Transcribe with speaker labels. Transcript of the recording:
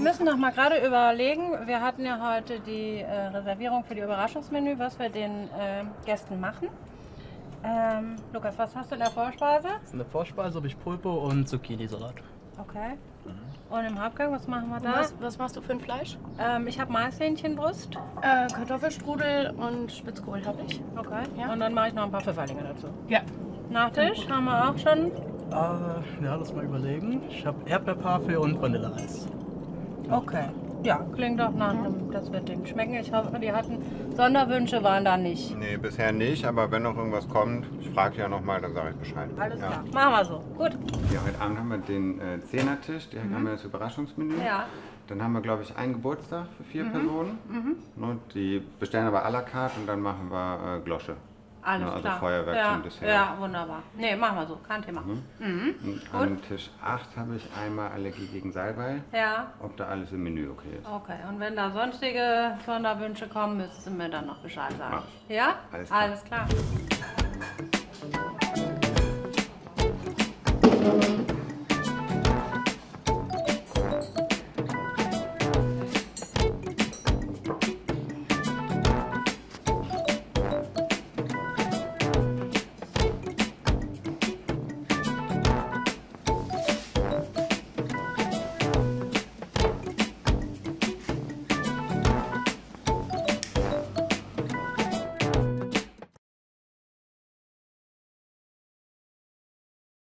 Speaker 1: müssen noch mal gerade überlegen. Wir hatten ja heute die äh, Reservierung für die Überraschungsmenü, was wir den äh, Gästen machen. Ähm, Lukas, was hast du in der Vorspeise?
Speaker 2: In der Vorspeise habe ich Pulpo und Zucchini-Salat.
Speaker 1: Okay. Und im Hauptgang, was machen wir da?
Speaker 3: Was, was machst du für ein Fleisch?
Speaker 1: Ähm, ich habe Maishähnchenbrust.
Speaker 3: Äh, Kartoffelstrudel und Spitzkohl habe ich.
Speaker 1: Okay.
Speaker 3: Ja.
Speaker 1: Und dann mache ich noch ein paar Pfifferlinge dazu.
Speaker 3: Ja.
Speaker 1: Nachtisch haben wir auch schon.
Speaker 2: Äh, ja, lass mal überlegen. Ich habe Erdbeerparfait und Vanilleeis.
Speaker 1: Okay. Ja, klingt doch nach einem, das wird dem schmecken. Ich hoffe, die hatten Sonderwünsche, waren da nicht.
Speaker 4: Nee, bisher nicht, aber wenn noch irgendwas kommt, ich frage ja nochmal, dann sage ich Bescheid.
Speaker 1: Alles
Speaker 4: ja.
Speaker 1: klar. Machen wir so. Gut.
Speaker 4: Ja, heute Abend haben wir den äh, Zehnertisch, da haben wir das Überraschungsmenü.
Speaker 1: Mhm. Ja. Mhm.
Speaker 4: Dann haben wir, glaube ich, einen Geburtstag für vier Personen. Ne, die bestellen aber à la carte und dann machen wir äh, Glosche.
Speaker 1: Alles
Speaker 4: Ne, also
Speaker 1: klar.
Speaker 4: Feuerwerk
Speaker 1: ja,
Speaker 4: zum Dessert.
Speaker 1: Ja, wunderbar. Nee, machen wir so. Kein Thema.
Speaker 4: Mhm. Und an Tisch 8 habe ich einmal Allergie gegen Salbei.
Speaker 1: Ja.
Speaker 4: Ob da alles im Menü okay ist.
Speaker 1: Okay, und wenn da sonstige Sonderwünsche kommen, müssen Sie mir dann noch Bescheid sagen.
Speaker 4: Mach ich.
Speaker 1: Ja?
Speaker 4: Alles klar.
Speaker 1: Alles klar.